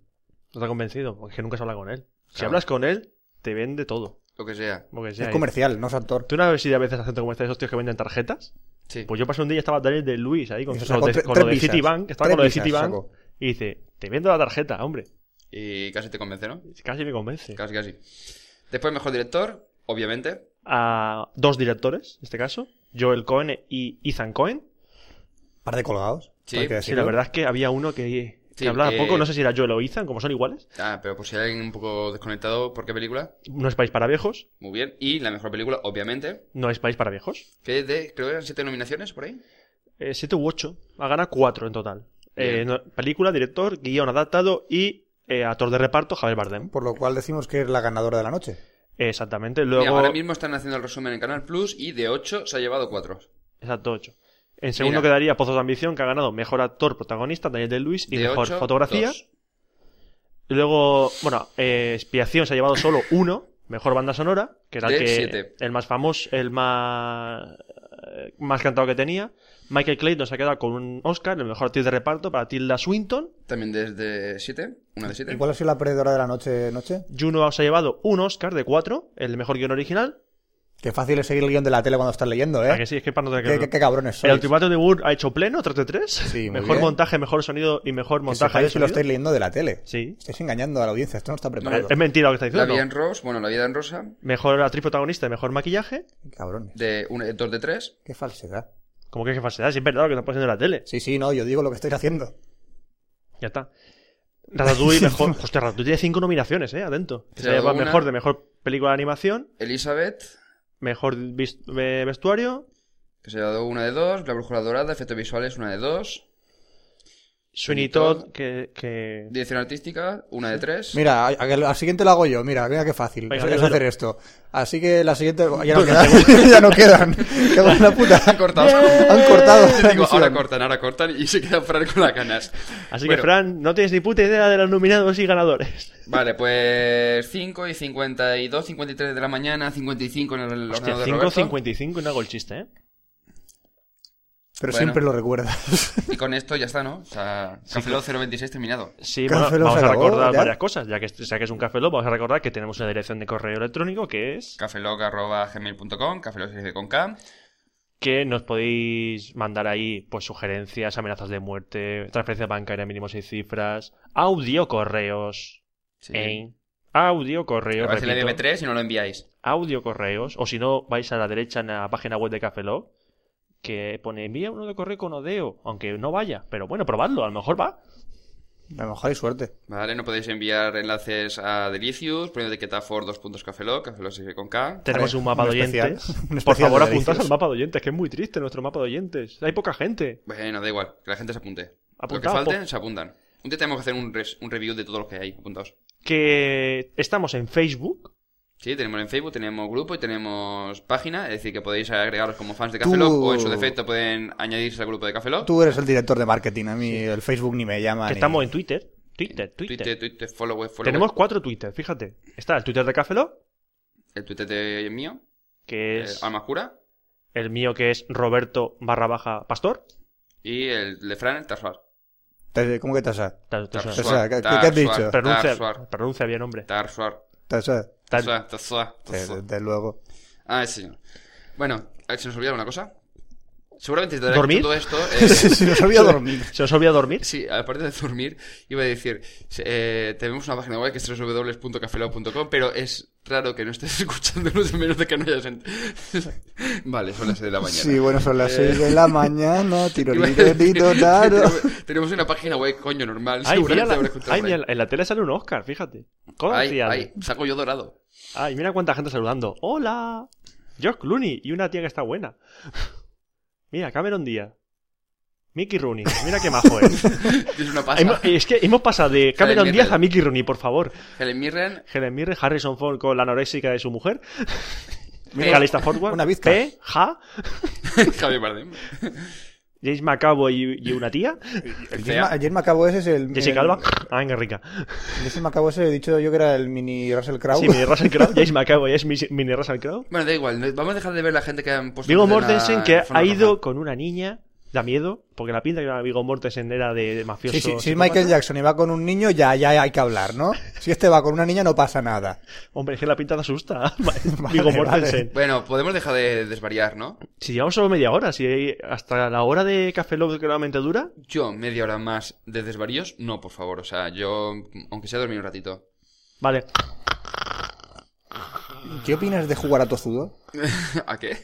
S1: ¿No te ha convencido? Porque nunca has hablado con él. Si
S5: Claro.
S1: hablas con él, te vende todo.
S5: Lo que sea.
S1: Lo que sea.
S2: Es comercial, no es actor.
S1: ¿Tú no has ido a veces al centro comercial de esos tíos que venden tarjetas?
S5: Sí.
S1: Pues yo pasé un día y estaba Daniel de Luis ahí con,
S2: Eso
S1: con
S2: sacó
S1: los de,
S2: tre-
S1: con
S2: tres
S1: los de
S2: visas.
S1: Citibank. Estaba
S2: Tres
S1: con los de
S2: visas
S1: Citibank.
S2: sacó.
S1: Y dice, te vendo la tarjeta, hombre.
S5: Y casi te convencieron.
S1: Casi me convence.
S5: Casi, casi. Después mejor director, obviamente.
S1: A dos directores, en este caso. Joel Cohen y Ethan Cohen.
S2: Par de colgados.
S5: Sí,
S2: hay que
S1: Sí,
S2: decirlo.
S1: la verdad es que había uno que, que
S5: Sí,
S1: hablaba
S5: eh,
S1: poco. No sé si era Joel o Ethan, como son iguales.
S5: Ah, pero por si hay alguien un poco desconectado, ¿por qué película?
S1: No es país para viejos.
S5: Muy bien. Y la mejor película, obviamente,
S1: No es país para viejos.
S5: que de, creo que eran siete nominaciones por ahí.
S1: Eh, siete u ocho. Ha ganado cuatro en total. Eh,
S5: Bien.
S1: no- película, director, guión adaptado y eh, actor de reparto, Javier Bardem.
S2: Por lo cual decimos que es la ganadora de la noche.
S1: Exactamente.
S5: Mira,
S1: Luego.
S5: ahora mismo están haciendo el resumen en Canal Plus y de ocho se ha llevado cuatro.
S1: Exacto, ocho. En segundo
S5: Mira.
S1: quedaría Pozos de Ambición, que ha ganado mejor actor protagonista, Daniel de Luis, y
S5: De
S1: mejor
S5: ocho,
S1: fotografía.
S5: dos.
S1: Luego, bueno, eh, Expiación se ha llevado solo uno, mejor banda sonora, que era el,
S5: De
S1: que-
S5: siete.
S1: el más famoso, el más, eh, más cantado que tenía. Michael Clayton se ha quedado con un Oscar, el mejor actriz de reparto para Tilda Swinton.
S5: También desde siete, una de siete.
S2: ¿Y cuál ha sido la perdedora de la noche? noche?
S1: Juno se ha llevado un Oscar de cuatro, el mejor guión original.
S2: ¿Eh? Qué fácil es seguir el guión de la tele cuando estás leyendo,
S1: Ah,
S2: ¿eh?
S1: que sí, es que para no tener
S2: Qué,
S1: que-
S2: qué- qué cabrones sois.
S1: El Ultimatum de Wood ha hecho pleno, 3 de 3.
S2: Sí, muy
S1: mejor
S2: bien.
S1: montaje, mejor sonido y mejor
S2: Que
S1: montaje.
S2: sepáis
S1: de
S2: que lo
S1: sonido.
S2: estáis leyendo de la tele.
S1: Sí.
S2: Estáis engañando a la audiencia, esto no está
S1: Eh,
S2: preparado.
S1: Es mentira lo que está
S5: La
S1: diciendo.
S5: vida en Rose, bueno, la vida en Rosa,
S1: Mejor actriz protagonista y mejor maquillaje.
S2: Cabrones.
S5: de un, eh, dos de tres.
S2: Qué falsedad.
S1: Como que es que falsedad, si es verdad lo que está pasando en la tele.
S2: Sí, sí, no, yo digo lo que estáis haciendo.
S1: Ya está. Ratatouille mejor. Hostia, Ratatouille tiene cinco nominaciones, eh, atento.
S5: Se
S1: Se lleva
S5: lleva una.
S1: mejor de mejor película de animación,
S5: Elizabeth,
S1: mejor vis- eh, vestuario,
S5: que se ha dado una de dos. La brújula dorada, efectos visuales, una de dos.
S1: Sweeney Todd, que... que-
S5: Dirección artística, una de tres.
S2: Mira, a- a- la siguiente la hago yo. Mira, mira qué fácil
S1: Venga,
S2: es, es
S1: dímelo.
S2: hacer esto. Así que la siguiente. Ya no quedan. ya no quedan. Qué buena puta.
S5: Han cortado.
S2: Han cortado.
S5: Te
S2: la
S5: digo,
S2: emisión.
S5: ahora cortan, ahora cortan y se queda Fran con las ganas.
S1: Así
S5: Bueno,
S1: que, Fran, no tienes ni puta idea de los nominados y ganadores.
S5: Vale, pues 5 y 52, 53 de la mañana, 55 en el
S1: Hostia,
S5: ordenador de Roberto.
S1: 5.55 y no hago el chiste, ¿eh?
S2: Pero
S5: Bueno.
S2: siempre lo recuerdas.
S5: Y con esto ya está, ¿no? O sea, Café Lock 026 terminado.
S1: Sí, bueno,
S2: Café Lock
S1: vamos
S2: se
S1: a
S2: acabó,
S1: recordar
S2: ¿ya?
S1: varias cosas. Ya que, ya que es un café Lock, vamos a recordar que tenemos una dirección de correo electrónico que es
S5: Cafeloc.gmail.com, Cafeloc se dice con K.
S1: que nos podéis mandar ahí pues sugerencias, amenazas de muerte, transferencia bancaria mínimo seis cifras, audio correos,
S5: Sí.
S1: ¿eh? audio
S5: A
S1: correos,
S5: ver si le
S1: repito,
S5: debe 3 y no lo enviáis.
S1: audio correos, o si no vais a la derecha en la página web de Cafelog que pone envía uno de correo con odeo, aunque no vaya, pero bueno, probadlo, a lo mejor va.
S2: A lo mejor hay suerte.
S5: Vale, no podéis enviar enlaces a Delicious, poniendo etiqueta for dos puntos Cafeloc, Cafeloc se dice con K.
S1: Tenemos
S2: Vale,
S1: un mapa
S2: un
S1: de
S2: especial,
S1: oyentes.
S2: un
S1: Por
S2: especial
S1: favor,
S2: de
S1: apuntaos
S2: delicios.
S1: al mapa de oyentes, que es muy triste nuestro mapa de oyentes. Hay poca gente.
S5: Bueno, da igual, que la gente se apunte. lo que
S1: Apuntaos,
S5: falten
S1: po-
S5: se apuntan. Un día tenemos que hacer un, res- un review de todos los que hay apuntados.
S1: Que estamos en Facebook.
S5: Sí, tenemos en Facebook, tenemos grupo y tenemos página, es decir, que podéis agregaros como fans de
S2: Tú-
S5: Café Lock, o en su defecto pueden añadirse al grupo de Café Lock.
S2: Tú eres el director de marketing. A mí el Facebook ni me llama.
S1: Que
S2: ni-
S1: estamos en Twitter. Twitter, Twitter.
S5: Twitter, Twitter, follow, eh, follow.
S1: Tenemos cuatro Twitter, fíjate. Está el Twitter de Cafeló,
S5: el Twitter de mío,
S1: que
S5: eh,
S1: es
S5: Alma Oscura,
S1: el mío que es Roberto barra baja pastor.
S5: y el de Fran, el Tarsuar.
S2: Te- ¿Cómo que tasa?
S1: Ta- ta- ta- ta-
S2: Tarsuar. ¿qué- qué has dicho?
S1: Pronuncia,
S5: Tarsuar,
S1: pronuncia bien, hombre.
S5: Tarsuar,
S2: Tasa.
S1: Ta-
S5: Tarsuar, Tarsuar, Tarsuar.
S2: Desde luego.
S5: Ah, sí. Bueno, a ver, se nos olvidaba una cosa. Seguramente te dará
S1: ¿Dormir?
S5: todo esto. eh,
S2: Se nos olvida dormir.
S1: ¿Se os olvida dormir?
S5: Sí, aparte de dormir, iba a decir, eh, tenemos una página web que es www.cafelao.com, pero es raro que no estés escuchándonos a menos de que no hayas... ent- vale, son las 6 de la mañana.
S2: Sí, bueno, son las
S5: Eh.
S2: 6 de la mañana. Tiro,
S5: Iba a
S2: tiro,
S5: decir,
S2: tiro, taro.
S5: tenemos- Tenemos una página web, coño, normal.
S1: Ay, mira,
S5: seguramente
S1: la,
S5: habrás encontrado
S1: ay,
S5: por
S1: mira,
S5: ahí.
S1: en la tele sale un Oscar, fíjate. Coda
S5: Ay,
S1: Cian.
S5: ay, saco yo dorado.
S1: Ay, mira cuánta gente saludando. ¡Hola! George Clooney y una tía que está buena. Mira, Cameron Díaz. Mickey Rooney. Mira qué majo es.
S5: Tienes una
S1: Hemos-
S5: pasta.
S1: es que hemos pasado de Cameron Díaz a Mickey Rooney, por favor.
S5: Helen Mirren,
S1: Helen Mirren, Harrison Ford con la anoréxica de su mujer. Eh,
S5: Mira,
S1: Calista Forward.
S2: una bizca.
S1: P, Ja.
S5: Javier Bardem.
S1: James McAvoy y, y una tía.
S5: Fea.
S2: Ayer me acabo ese, es el.
S1: Jessica
S2: el-
S1: Alba. Ah, qué rica.
S2: Jesse McAvoy ese he dicho yo que era el mini Russell Crowe.
S1: Sí, Mini Russell Crowe. James McAvoy es mis- Mini Russell Crowe.
S5: Bueno, da igual, no- vamos a dejar de ver la gente que han puesto...
S1: Viggo
S5: antes en la-
S1: Mortensen que
S5: en forma
S1: ha ido
S5: roja.
S1: con una niña. Da miedo, porque la pinta que era Viggo Mortensen era de, de mafioso.
S2: Sí, sí, si es
S1: psicópata.
S2: Michael Jackson y va con un niño, ya, ya hay que hablar, ¿no? Si este va con una niña, no pasa nada.
S1: Hombre, es que la pinta te asusta.
S2: Vale,
S1: Viggo
S2: vale.
S1: Mortensen.
S5: Bueno, podemos dejar de desvariar, ¿no?
S1: Si llevamos solo media hora, si hay- hasta la hora de Café Love que normalmente dura,
S5: Yo, media hora más de desvaríos, no, por favor. O sea, yo, aunque sea dormir un ratito.
S1: vale.
S2: ¿Qué opinas de jugar a tozudo?
S5: ¿A qué?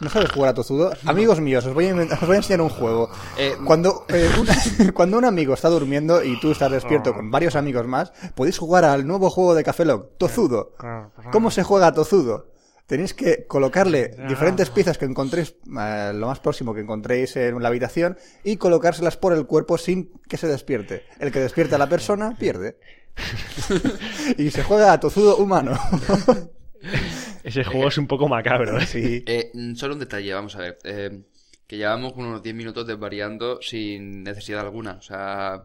S2: ¿No sabes jugar a tozudo? Amigos míos, os voy a, inven- os voy a enseñar un juego.
S5: Eh,
S2: Cuando, eh, una- cuando un amigo está durmiendo y tú estás despierto con varios amigos más, podéis jugar al nuevo juego de Café Lock, Tozudo. ¿Cómo se juega a Tozudo? Tenéis que colocarle diferentes piezas que encontréis, eh, lo más próximo que encontréis en la habitación, y colocárselas por el cuerpo sin que se despierte. El que despierta a la persona pierde. y se juega a Tozudo humano.
S1: Ese juego es un poco macabro, ¿eh?
S2: sí.
S5: Eh, mm, solo un detalle, vamos a ver. Eh, que llevamos como unos 10 minutos desvariando sin necesidad alguna. O sea,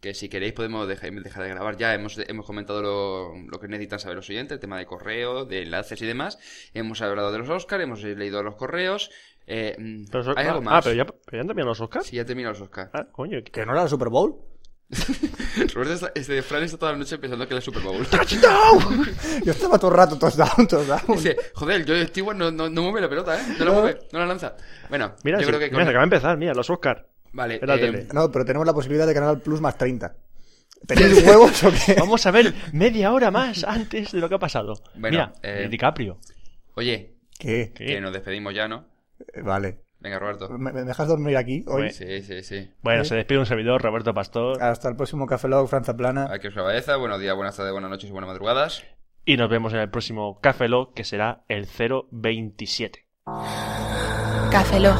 S5: que si queréis podemos dejar, dejar de grabar. Ya hemos, hemos comentado lo, lo que necesitan saber los oyentes, el tema de correo, de enlaces y demás. Hemos hablado de los Oscar, hemos leído los correos. Eh, mm,
S1: Pero so-
S5: ¿Hay
S1: ah,
S5: algo más?
S1: Ah, pero ya, pero ya han terminado los Oscars.
S5: Sí, ya terminan los Oscar.
S1: Ah, coño. que-
S2: ¿Que no era el Super Bowl?
S5: Roberto está- este, Fran está toda la noche pensando que es el Super Bowl.
S2: Yo estaba todo el rato touchdown, touchdown.
S5: Dice, joder, yo Stewart no, no, no mueve la pelota, ¿eh? No la mueve, no la lanza. Bueno,
S1: Mira,
S5: yo
S1: sí,
S5: creo que...
S1: mira, se
S5: con-
S1: acaba de empezar, mira, los Oscars.
S5: Vale,
S1: en la
S5: eh,
S1: tele.
S2: No, pero tenemos la posibilidad de ganar el plus más 30. ¿Tenéis huevos o qué?
S1: Vamos a ver media hora más antes de lo que ha pasado.
S5: Bueno,
S1: mira,
S5: eh,
S1: DiCaprio.
S5: oye,
S2: ¿Qué?
S1: ¿Qué?
S5: que nos despedimos ya, ¿no?
S2: Eh, Vale.
S5: Venga, Roberto.
S2: ¿Me, me dejas dormir aquí hoy?
S1: Bueno.
S5: Sí, sí, sí.
S1: Bueno, se despide un servidor, Roberto Pastor.
S5: Ah.
S2: Hasta el próximo Café Log, Franza Plana.
S5: Aquí os cabeza, buenos días, buenas tardes, buenas noches y buenas madrugadas.
S1: Y nos vemos en el próximo Café Lock, que será el 027.
S4: Café Lock.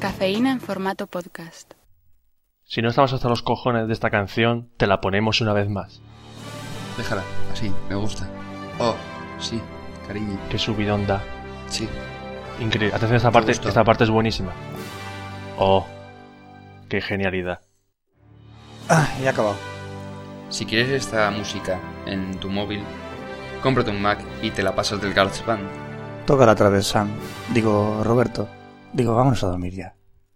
S4: Cafeína en formato podcast.
S1: Si no estamos hasta los cojones de esta canción, te la ponemos una vez más.
S5: Déjala, así, me gusta. Oh, sí, cariño,
S1: Qué subidón da.
S5: sí.
S1: Increíble. Atención, esta parte,
S5: gusta.
S1: esta parte es buenísima. Oh, qué genialidad.
S2: Ah, ya he acabado.
S5: Si quieres esta música en tu móvil, cómprate un Mac y te la pasas del GarageBand.
S2: Toca la través, Sam. Digo, Roberto. Digo, vamos a dormir ya.